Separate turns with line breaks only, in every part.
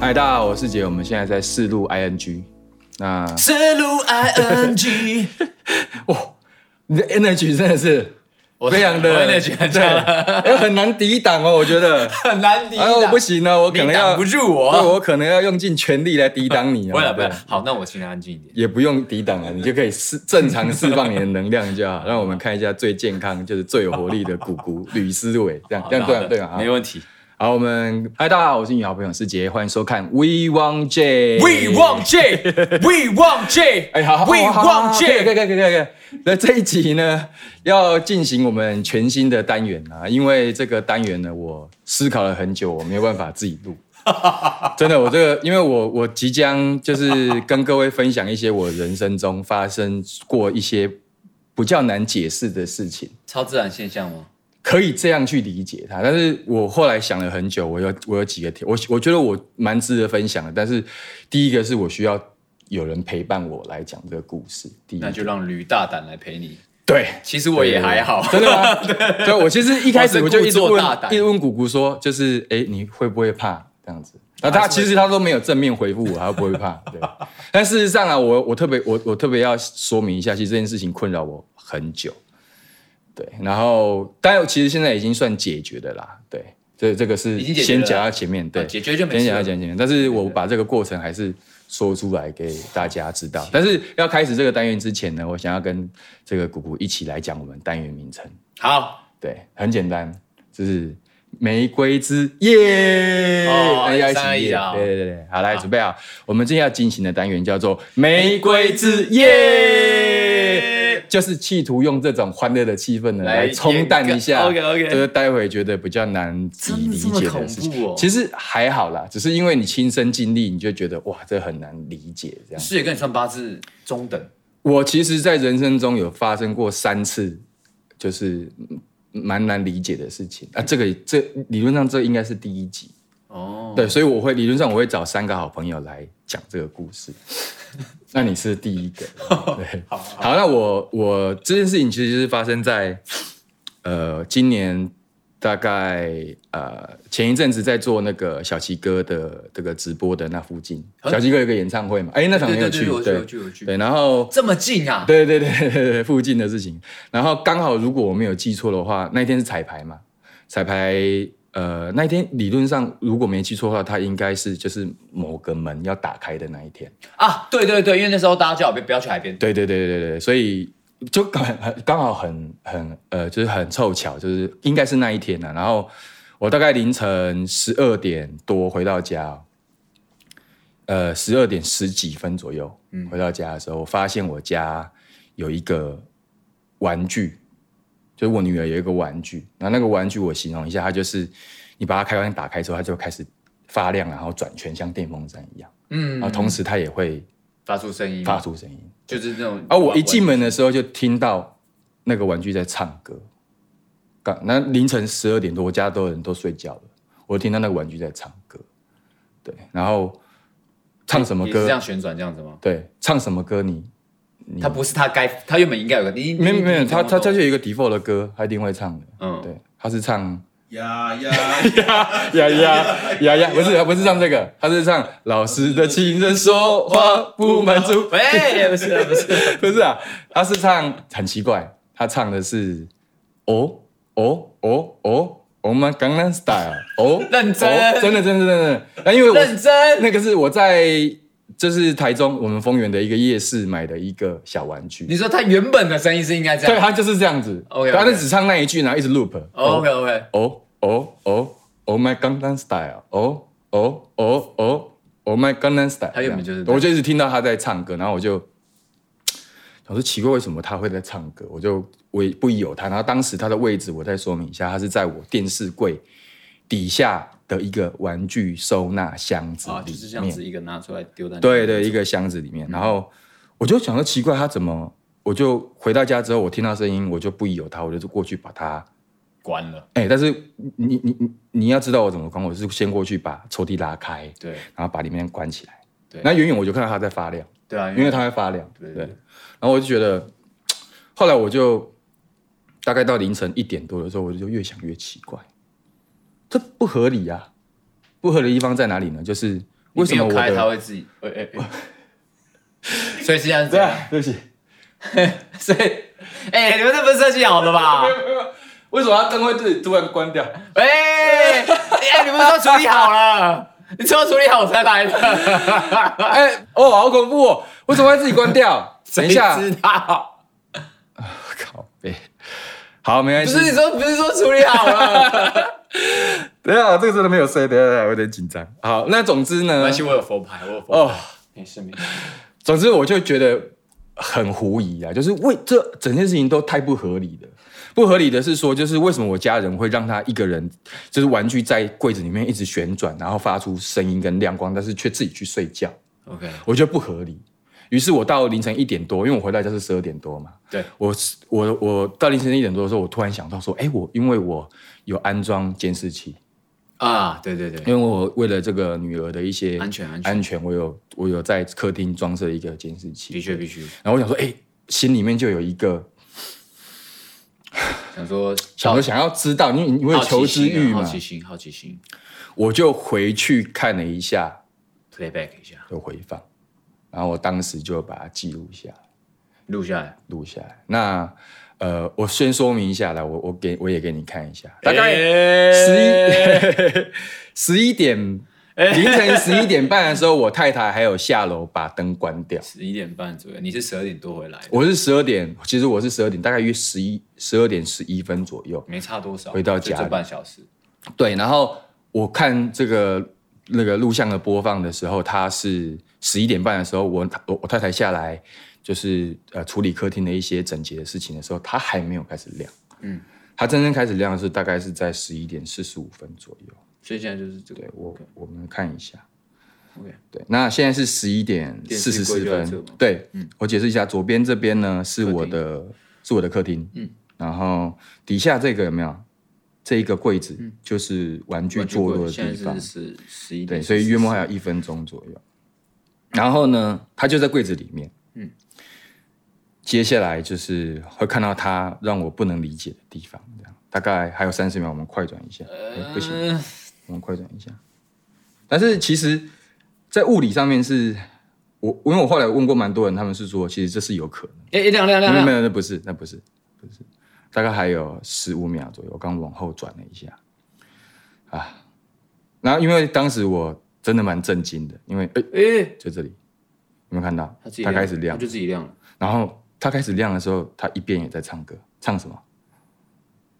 嗨，大家好，我是杰，我们现在在试录 ING。那
思路 ing，
哦你的 energy 真的是
我
非常的
我也觉得
对哎很难抵挡哦，我觉得。
很难敌
哎呦，不，行呢，我可
你
能
挡
要
不住
对，
我。
我可能要用尽全力来抵挡你哦。
不了不
对
了，好，那我尽量安静一点。
也不用抵挡啊，你就可以释正常释放你的能量就好。让我们看一下最健康，就是最有活力的谷谷吕思伟，这样
好
这
的
样对啊
好的
对啊。
没
好
问题。
好，我们嗨，大家好，我是你好朋友思杰，欢迎收看 We Want J。
We want J，We want J，
哎，好好
，We
好好好
want
好可以可
J，
以可以可以可以。那这一集呢，要进行我们全新的单元啊，因为这个单元呢，我思考了很久，我没有办法自己录。真的，我这个，因为我我即将就是跟各位分享一些我人生中发生过一些比较难解释的事情，
超自然现象哦吗？
可以这样去理解它。但是我后来想了很久，我有我有几个条，我我觉得我蛮值得分享的。但是第一个是我需要有人陪伴我来讲这个故事，第一
那就让驴大胆来陪你。
对，
其实我也还好，
真的 吗？对，我其实一开始我就一直
我是
问
故作大，胆
一直问谷谷说，就是哎、诶你会不会怕这样子？然
啊
后他其实他都没有正面回复我，他不会怕。对，但事实上啊，我我特别我我特别要说明一下，其实这件事情困扰我很久。对，然后但其实现在已经算解决的啦。对，这这个是
已经解决了
先讲到前面， 对，
解决就没
先
事
讲到
了。
前面，但是我把这个过程还是说出来给大家知道。但是要开始这个单元之前呢，我想要跟这个谷谷一起来讲我们单元名称。
好，
对，很简单，就是玫瑰之夜，
哦
大家一
三二
起
一
夜
啊
对对对，好，来准备好，我们今天要进行的单元叫做玫瑰之夜。就是企图用这种欢乐的气氛呢
来
来冲淡一下
掩盖 OK，OK
就是待会觉得比较难自己理解的事
真的这么恐
情。
怖哦
其实还好啦，只是因为你亲身经历，你就觉得哇，这很难理解这样。
师姐跟你算八字中等，
我其实，在人生中有发生过三次，就是嗯蛮难理解的事情
嗯
啊。这个这理论上这应该是第一集，
哦，
对，所以我会理论上我会找三个好朋友来讲这个故 事。那你是第一个，对，好，那我我这件事情其实是发生在呃今年大概呃前一阵子在做那个小齐哥的这个直播的那附近，小齐哥有个演唱会嘛，哎、那场
对
没有
嗯对
去
对，，我去我
对
去我去，
对，然后
这么近啊？
对对对对对对，附近的事情。然后刚好，如果我没有记错的话，那一天是彩排嘛？彩排，呃，那一天理论上如果没记错的话，它应该是就是某个门要打开的那一天。
啊，对对对，因为那时候大家叫我别不要去海边，
对对对对对对，所以就刚很刚好很很呃，就是很凑巧，就是应该是那一天呢、然后我大概凌晨十二点多回到家哦、呃，十二点十几分左右，回到家的时候，我发现我家有一个玩具，就是我女儿有一个玩具，然后那个玩具我形容一下，它就是你把它开关打开之后，它就开始发亮，然后转圈，像电风扇一样，
嗯
然后，同时它也会
发出声音，
发出声音。
就是那种
啊，我一进门的时候就听到那个玩具在唱歌，刚那凌晨十二点多，我家都有人都睡觉了，我听到那个玩具在唱歌，对，然后唱什么
也是这
歌？
样旋转这样子吗？
对，唱什么歌你？
它不是它该，它原本应该有个你，
嗯没有没有，他他他
就
就有一个 default 的歌，他一定会唱的，
嗯
对，他是 唱
呀呀，
呀呀呀呀，不是他不是唱这个，他是唱老师的情人说话不满足，
喂，不是不是，
不是啊，他是唱很奇怪，他唱的是哦哦哦哦，我们江南 style 哦，
认真
哦真的真的真的。那 因为我
认真
那个是我在就是台中我们丰原的一个夜市买的一个小玩具，
你说它原本的声音是应该这
对，
样
他就是这样子，
OK，OK
他就只唱那一句，然后一直 loop。
，OK OK，
哦哦哦，Oh my Gangnam Style，哦哦哦哦，Oh my Gangnam Style，
他原本就是
这样我就一直听到他在唱歌，然后我就我说奇怪，为什么他会在唱歌？我就我也不疑有他。然后当时他的位置，我再说明一下，他是在我电视柜底下的一个玩具收纳箱子里
啊，
面，
就是这样子一个嗯拿出来丢在
对对，一个箱子里面。然后我就想说奇怪，他怎么？我就回到家之后，我听到声音，我就不疑有他，我就过去把他。
关了，
哎、但是你你你你要知道我怎么关，我是先过去把抽屉拉开，
对
然后把里面关起来。
对
那远远我就看到它在发亮，
对啊，
因为它在发亮。
对
然后我就觉得，后来我就大概到凌晨一点多的时候，我就越想越奇怪，这不合理啊！不合理的地方在哪里呢？就是为什么
你
我
没有开它
的？
会自己？哎哎 哎所以是这样子
对，啊，对不起，
所以哎，你们这不是设计好的吧？
为什么它灯会自己突然关掉？
喂，哎、你们都处理好了，你只有处理好才来的，
哎、哦，好恐怖哦！为什么会自己关掉？ 等一下，
谁知道？
靠背，好，没关
不
系。
是你说不是说处理好了？
等一下，这个真的没有塞，等一下，等一下我有点紧张。好，那总之
没
呢
关，系，我有佛牌，我有佛牌，
哦，
没事没事。
总之我就觉得很狐疑啊，就是为这整件事情都太不合理了。不合理的是说，就是为什么我家人会让他一个人，就是玩具在柜子里面一直旋转，然后发出声音跟亮光，但是却自己去睡觉，
OK，
我觉得不合理。于是我到凌晨一点多，因为我回到家是十二点多嘛，
对，
我是我我到凌晨一点多的时候，我突然想到说，哎，我因为我有安装监视器，
啊，对对对，
因为我为了这个女儿的一些
安全安全，
安全，我有我有在客厅装设一个监视器，
的确必须。
然后我想说，哎，心里面就有一个
想说，
想说想要知道，因为你会有求知欲
好
嘛，
奇心，好奇心
我就回去看了一下
，playback 一下，
有回放，然后我当时就把它记录下来。
录下来。
录下来。那呃，我先说明一下来，我我给我也给你看一下，大概
哎
十一 十一点凌晨十一点半的时候，我太太还有下楼把灯关掉。
十一点半左右，你是十二点多回来的，
我是十二点，其实我是十二点，大概约十一十二点十一分左右。
没差多少，
回到
就
家
这
里
半小时，
对，然后我看这个那个录像的播放的时候，它是十一点半的时候，我我我太太下来就是呃处理客厅的一些整洁的事情的时候，它还没有开始亮。
嗯
嗯，它真正开始亮的是大概是在十一点四十五分左右。
所以现在就是这个
对我我们看一下。
OK
对，那现在是十一点
电视
四十
柜
四
就在这
分
吗。嗯
对，我解释一下，左边这边呢是我的是我的客厅，
嗯
然后底下这个有没有？这一个柜子就是玩具
嗯玩具
坐落
柜
的
现
地
在
方
是，十十一
对，
点，
所以约莫还有一分钟左右。然后呢，它就在柜子里面，
嗯
嗯。接下来就是会看到它让我不能理解的地方，这样大概还有三十秒，我们快转一下，哎不行，
嗯
我们快转一下。但是其实，在物理上面是，我因为我后来问过蛮多人，他们是说其实这是有可能，
哎、欸，亮亮亮
没有
亮
没，有，那不是，那不是，不是。大概还有十五秒左右，我刚往后转了一下，啊，然后因为当时我真的蛮震惊的，因为哎、
哎、
就这里，有没有看到
它自己？
它开始亮
它，就自己亮了。
然后它开始亮的时候，它一边也在唱歌，唱什么？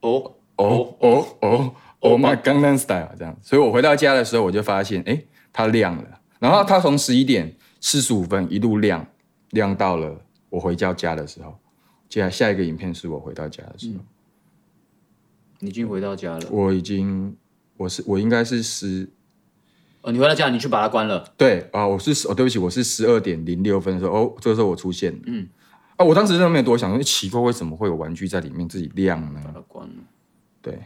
哦
哦哦哦哦 my Gangnam Style 这样，所以我回到家的时候，我就发现，哎，它亮了。然后它从十一点四十五分一路亮，亮到了我回到家的时候。接下来下一个影片是我回到家的时候，
你已经回到家了。
我已经，我是我应该是十
哦，你回到家，你去把它关了。
对啊，我是哦，对不起，我是十二点零六分的时候，哦，这个时候我出现了，嗯，啊，我当时真的没有多想，因为奇怪为什么会有玩具在里面自己亮呢？
把它关了。
对，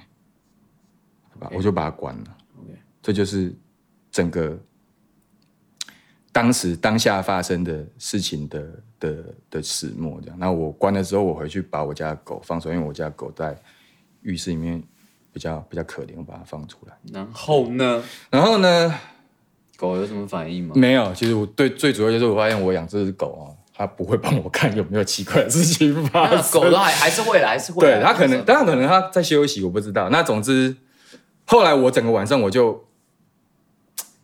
把我就把它关了。这就是整个当时当下发生的事情的的的始末。这样，那我关了之后，我回去把我家的狗放出来，因为我家的狗在浴室里面比较比较可怜，我把它放出来。
然后呢？
然后呢，
狗有什么反应吗？
没有，其实我对最主要就是我发现我养这只狗啊，它不会帮我看有没有奇怪的事情发
那
生。
狗都还还是会来，还是会来。
啊对他可能，当然可能他在休息，我不知道。那总之，后来我整个晚上我就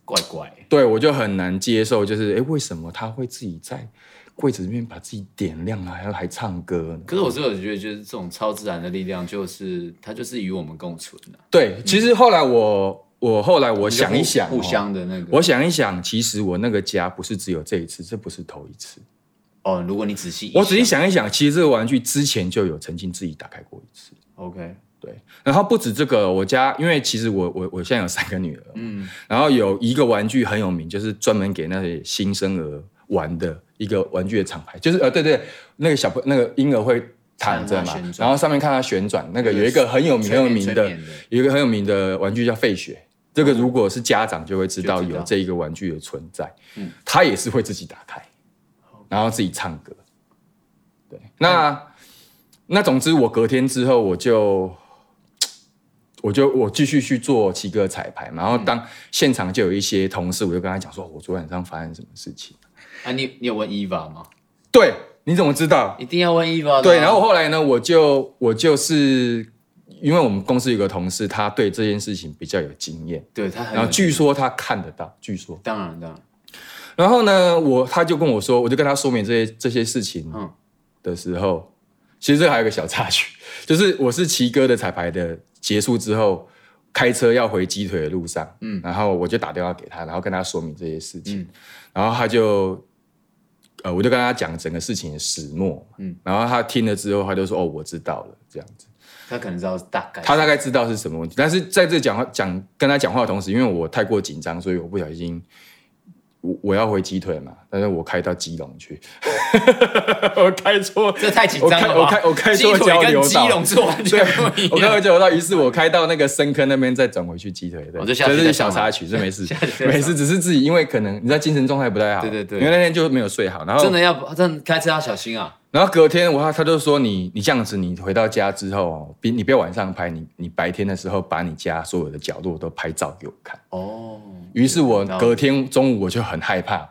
怪怪。
对我就很难接受，就是哎，诶为什么他会自己在柜子里面把自己点亮啊，还还唱歌呢？
可是我真的觉得，就是这种超自然的力量，就是它就是与我们共存啊的、
对，其实后来我我后来我想一想，
互互
哦，
相的那个。
我想一想，其实我那个家不是只有这一次，这不是头一次。
哦，如果你仔细一
我仔细想一想，其实这个玩具之前就有曾经自己打开过一次。
，OK，
对，然后不止这个，我家因为其实我我我现在有三个女儿，嗯，然后有一个玩具很有名，就是专门给那些新生儿玩的一个玩具的厂牌，就是呃对对，那个小朋那个婴儿会躺着嘛
看它旋，转
然后上面看它旋转，那个
对
有一个很有名很
催
有
眠
名
催
的
眠的，
有一个很有名的玩具叫费雪。这个如果是家长就会知道
就知道
有这一个玩具的存在，
嗯
嗯，它也是会自己打开，然后自己唱歌。对，那、那总之我隔天之后我就我就我继续去做七哥彩排嘛。然
嗯
后当现场就有一些同事，我就跟他讲说，哦我昨晚上发生什么事情。
啊，你你有问 Eva 吗？
对，你怎么知道？
一定要问 Eva 的啊。
对，然后后来呢，我就我就是因为我们公司有个同事，他对这件事情比较有经验，
对他很有，
然后据说他看得到，据说。
当然当然，
然后呢，我他就跟我说，我就跟他说明这些这些事情
嗯
的时候，其实这还有一个小插曲，就是我是奇哥的彩排的结束之后，开车要回鸡腿的路上，嗯
嗯，
然后我就打电话给他，然后跟他说明这些事情，然后他就，呃，我就跟他讲整个事情的始末，嗯
嗯，
然后他听了之后，他就说哦，我知道了，这样子。
他可能知道大概。
他大概知道是什么问题，但是在这讲话讲跟他讲话的同时，因为我太过紧张，所以我不小心，我我要回鸡腿嘛，但是我开到基隆 去，我开错，
这太紧
我
张
开
了吧？
我开我开
鸡
错
腿
交
跟
流
基
道，
隆是完
对
全不一，
我开
样。
到交流道，于是我开到那个深坑那边，再转回去鸡腿，对，
哦这下次
这是
再
小
上
插
来
曲，这没事
下次，再
没事，只是自己因为可能你知道精神状态不太好，
对对对
因为那天就没有睡好，然后
真的要不真的开车要小心啊！
然后隔天我他他就说你你这样子，你回到家之后哦，别你不要晚上拍，你你白天的时候把你家所有的角落都拍照给我看。
哦，
于是我
然后
隔天中午我就很害怕，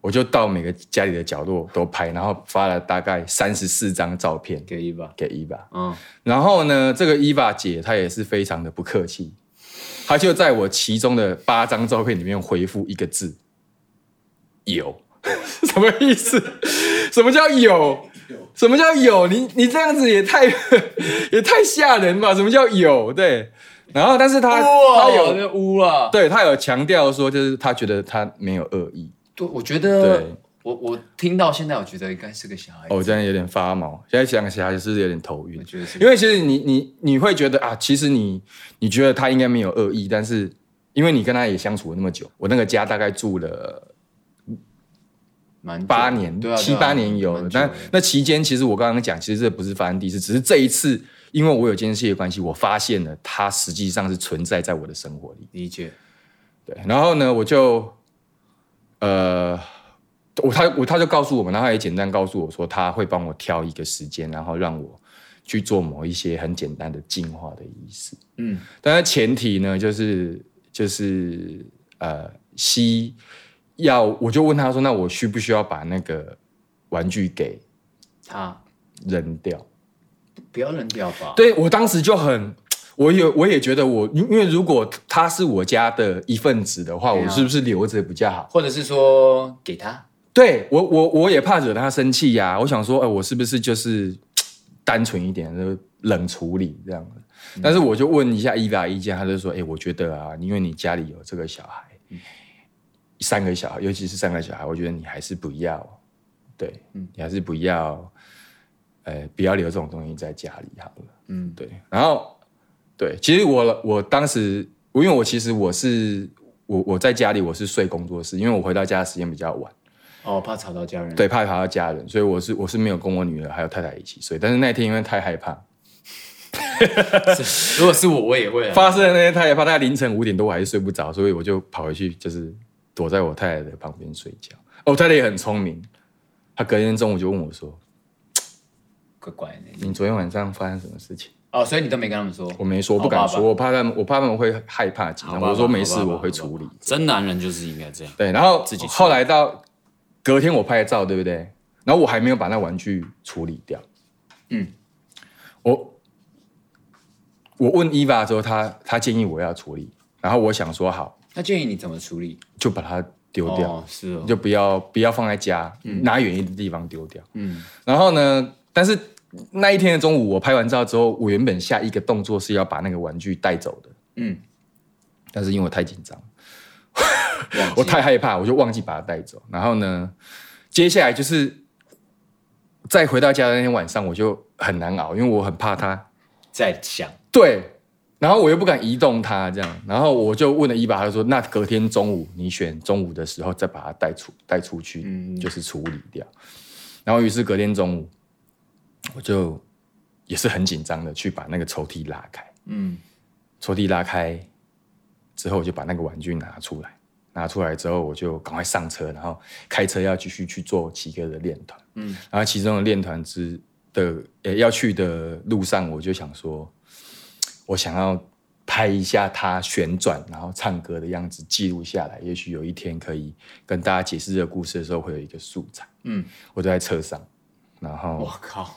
我就到每个家里的角落都拍，然后发了大概三十四张照片
给 Eva，
给伊娃。
嗯，
然后呢，这个伊娃姐她也是非常的不客气，她就在我其中的八张照片里面回复一个字“有”， 什么意思？什么叫有？什么叫有？你你这样子也太 也太吓人吧？什么叫有？对，然后但是她她
有
有
那啊污了。
对她有强调说，就是她觉得她没有恶意。
对，我觉
对
得我我听到现在，我觉得应该是个小孩。
哦，我真的有点发毛，现在想起来是有点头晕
我。觉得是个
因为其实你你你会觉得啊，其实你你觉得他应该没有恶意，但是因为你跟他也相处了那么久，我那个家大概住了
蛮久
八年，
对啊，
七
对啊
八年有了
蛮。久
那
的
那期间，其实我刚刚讲，其实这不是发生第一次，只是这一次，因为我有监视器的关系，我发现了他实际上是存在在我的生活里。
理解，
对，然后呢，我就呃，我他我他就告诉我们，然后他也简单告诉我说，他会帮我挑一个时间，然后让我去做某一些很简单的净化的仪式。
嗯，
但是前提呢，就是就是呃，西要我就问他说，那我需不需要把那个玩具给
他
扔掉？
不要扔掉吧。
对我当时就很，我也我也觉得我，因因为如果他是我家的一份子的话，
对啊
我是不是留着比较好？
或者是说给他，
对我我我也怕惹他生气呀、我想说，哎、我是不是就是嘖单纯一点，就是冷处理这样子？但是我就问一下伊娃意见，他就说，哎、我觉得啊，因为你家里有这个小孩，三个小孩，尤其是三个小孩，我觉得你还是不要，对，你还是不要，呃，不要留这种东西在家里好了。
嗯，
对，然后对，其实我我当时，因为我其实我是我我在家里我是睡工作室，因为我回到家的时间比较晚。
哦，怕吵到家人，，
对，怕吵到家人，所以我是我是没有跟我女儿还有太太一起睡。但是那天因为太害怕，
如果是我，我也会啊，
发生的那天太害怕，大概凌晨五点多我还是睡不着，所以我就跑回去，就是躲在我太太的旁边睡觉。哦，我太太也很聪明，她隔天中午就问我说
乖乖的：“。
你昨天晚上发生什么事情
哦，所以你都没跟他们说？”，
我没说，我不敢说，我怕他们，我怕他们会害怕紧张。我说没事，我会处理。
真男人就是应该这样，
对，然后
自己处理
后来到隔天我拍的照，对不对？然后我还没有把那玩具处理掉。
嗯，
我我问伊娃之后，她她建议我要处理，然后我想说好，
那建议你怎么处理？
就把它丢掉，
哦，是哦，
就不要不要放在家，拿远一点的地方丢掉。
嗯，
然后呢，但是那一天的中午，我拍完照之后，我原本下一个动作是要把那个玩具带走的，
嗯，
但是因为我太紧张。
忘记
我太害怕，我就忘记把它带走。然后呢，接下来就是再回到家的那天晚上，我就很难熬，因为我很怕它。
在想，
对，然后我又不敢移动它，这样，然后我就问了伊爸，他就说：“那隔天中午你选中午的时候再把它带出带出去，
嗯
就是处理掉。”然后于是隔天中午，我就也是很紧张的去把那个抽屉拉开，
嗯，
抽屉拉开之后，我就把那个玩具拿出来。拿出来之后，我就赶快上车，然后开车要继续去做奇哥的练团。嗯，然后其中的练团之的呃要去的路上，我就想说，我想要拍一下它旋转然后唱歌的样子，记录下来，也许有一天可以跟大家解释这个故事的时候会有一个素材。
嗯，
我就在车上，然后
我靠，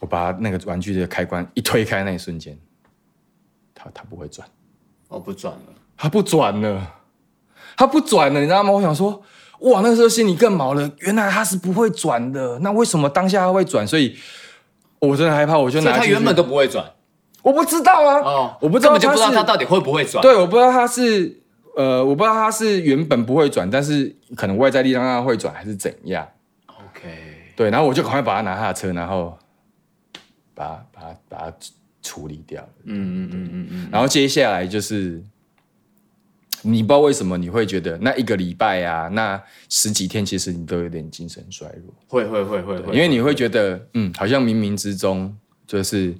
我把那个玩具的开关一推开那一瞬间，它它不会转。
我哦不转了。
他不转了，他不转了，你知道吗？我想说，哇，那时候心里更毛了，原来他是不会转的，那为什么当下他会转？所以我真的害怕，我就
所
拿
以他
进去
原本都不会转
我不知道啊，
哦，
我不知道
根本就不知道
是
他到底会不会转。
对，我不知道他是呃，我不知道他是原本不会转，但是可能外在力量让他会转，还是怎样？
，OK，
对，然后我就赶快把他拿他的车，然后把它把它把它处理掉。
嗯嗯嗯嗯嗯，
然后接下来就是，你不知道为什么你会觉得那一个礼拜啊，那十几天其实你都有点精神衰弱，
会会会会会，
因为你会觉得，嗯，好像冥冥之中就是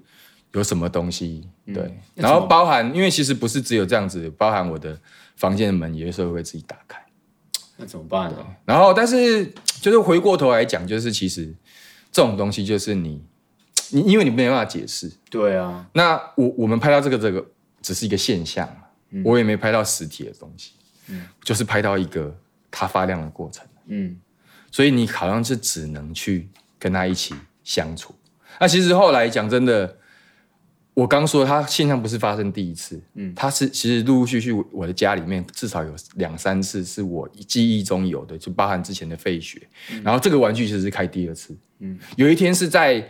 有什么东西，对。
那
然后
怎么
包含，因为其实不是只有这样子，包含我的房间的门有的时候会自己打开。
那怎么办呢？
然后，但是就是回过头来讲，就是其实这种东西就是你，你因为你没办法解释，
对啊，
那我我们拍到这个这个只是一个现象嘛，我也没拍到实体的东西，就是拍到一个它发亮的过程，
嗯，
所以你好像是只能去跟它一起相处。那其实后来讲真的，我刚说它现象不是发生第一次，嗯，它是其实陆陆续续我的家里面至少有两三次是我记忆中有的，就包含之前的废墟，然后这个玩具其实是开第二次，嗯，有一天是在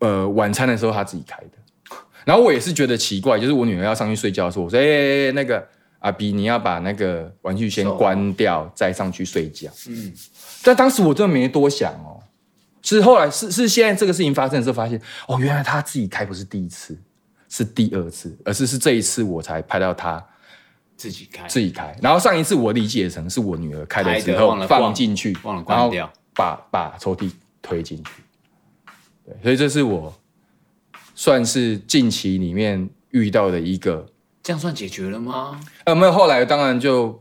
呃晚餐的时候他自己开的，然后我也是觉得奇怪，就是我女儿要上去睡觉的时候，我说哎、欸那个阿 B 你要把那个玩具先
收好
关掉，再上去睡觉，
嗯
嗯，但当时我真的没多想哦。是后来是是现在这个事情发生的时候，发现哦，原来他自己开不是第一次，是第二次，而是是这一次我才拍到他
自己开，
自己开。然后上一次我理解成是我女儿开
开
了
的
之后
忘了关
放进去，
忘了
然
关
后
掉。
把把抽屉推进去。对，所以这是我算是近期里面遇到的一个，
这样算解决了吗？
呃，没有后来当然就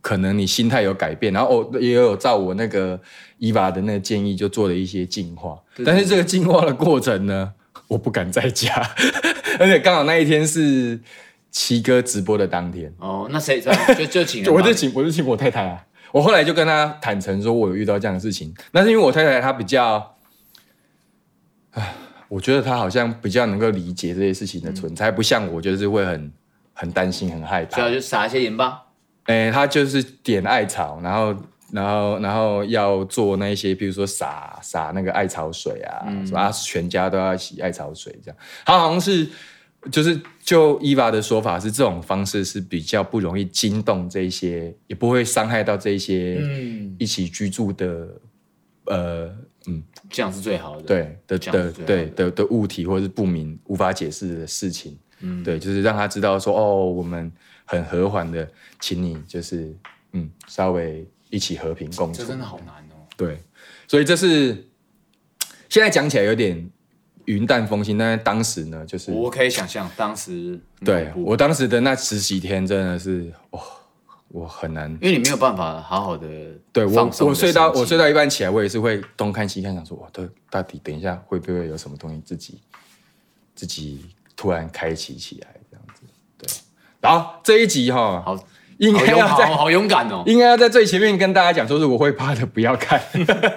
可能你心态有改变，然后哦也有照我那个伊娃的那个建议就做了一些进化，
对
但是这个进化的过程呢，我不敢在家， 而且刚好那一天是奇哥直播的当天。
哦，那谁就就请人
就我
帮
就
你
请我就请我太太啊，我后来就跟她坦诚说，我有遇到这样的事情，但是因为我太太她比较，唉我觉得她好像比较能够理解这些事情的存
嗯
在，不像我就是会很很担心、很害
所
怕
以他。就撒一些盐巴。
哎、她就是点艾草，然后。然后，然后要做那一些，比如说洒洒那个艾草水啊，什么、啊、全家都要洗艾草水这样。她好像是，就是就伊娃的说法是，这种方式是比较不容易惊动这一些，也不会伤害到这一些
嗯，
一起居住的，呃，嗯，
这样是最好的。，
对的
这
的
样是最好的
对的的物体或者是不明无法解释的事情，嗯，对，就是让他知道说，哦，我们很和缓的，请你就是嗯，稍微一起和平共
这
处，
真的好难哦。
对，所以这是现在讲起来有点云淡风轻，但是当时呢，就是
我可以想象当时，
对
嗯不
我当时的那十几天真的是，哇、我很难
因为你没有办法好好的
对我，我睡到我睡
到
到一半起来，我也是会东看西看，想说哇，到到底等一下会不会有什么东西自己自己突然开启起来这样子？对，好，这一集哈，
好，
应
好
该
勇
要在
好好勇 敢哦。
应该要在最前面跟大家讲说，如果会怕的不要看，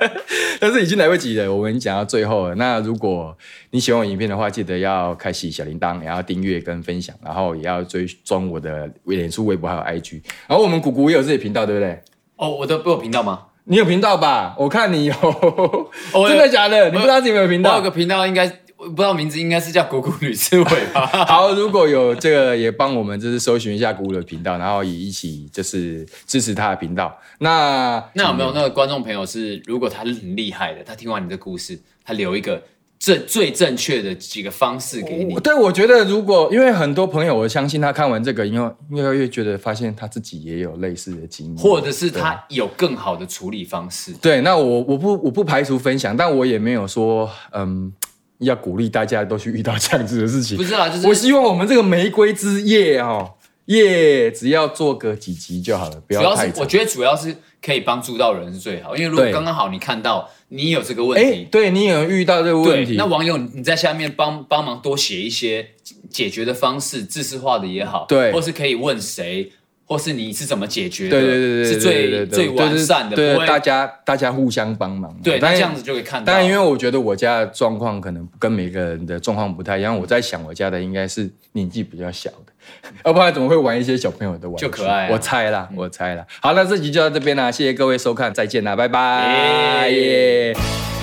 但是已经来不及了。我们讲到最后了。那如果你喜欢我影片的话，记得要开启小铃铛，也要订阅跟分享，然后也要追踪我的脸书、微博还有 IG。然后我们谷谷也有自己频道，对不对？
哦，我的我有频道吗？
你有频道吧？我看你有，
我有
真的假的？你不知道自己有没有频
我有
道
个？频道，应该我不知道名字，应该是叫“谷谷女刺猬”吧？
好，如果有这个，也帮我们就是搜寻一下鼓舞的频道，然后也一起就是支持他的频道。那
那有没有那个观众朋友是，如果他很厉害的，他听完你的故事，他留一个正最正确的几个方式给你
我？对，我觉得如果因为很多朋友，我相信他看完这个，因为越来越觉得发现他自己也有类似的经历，
或者是他有更好的处理方式，
对。那我我不我不排除分享，但我也没有说嗯要鼓励大家都去遇到这样子的事情
不。是啦，就是
我希望我们这个玫瑰之夜哦，耶、只要做个几集就好了，不要
主要
太
是
长。
我觉得主要是可以帮助到人是最好，因为如果
对
刚刚好你看到你有这个问
哎、
题，
对你有遇到这个问
对，
题
那，网友你在下面帮帮忙多写一些解决的方式，自式化的也好，
对
或是可以问谁，或是你是怎么解决的，
对对对对，
是
对对
最
对对
最完
就是
善的，
对
不会
大家大家互相帮忙嘛。
对，那
但
这
是
样子就可以看到。
当然，因为我觉得我家的状况可能跟每个人的状况不太一样。我在想，我家的应该是年纪比较小的， 要不然怎么会玩一些小朋友的玩具？
就可爱啊
我猜啦，我猜啦。好，那这集就到这边啦，谢谢各位收看，再见啦，拜拜。
耶
耶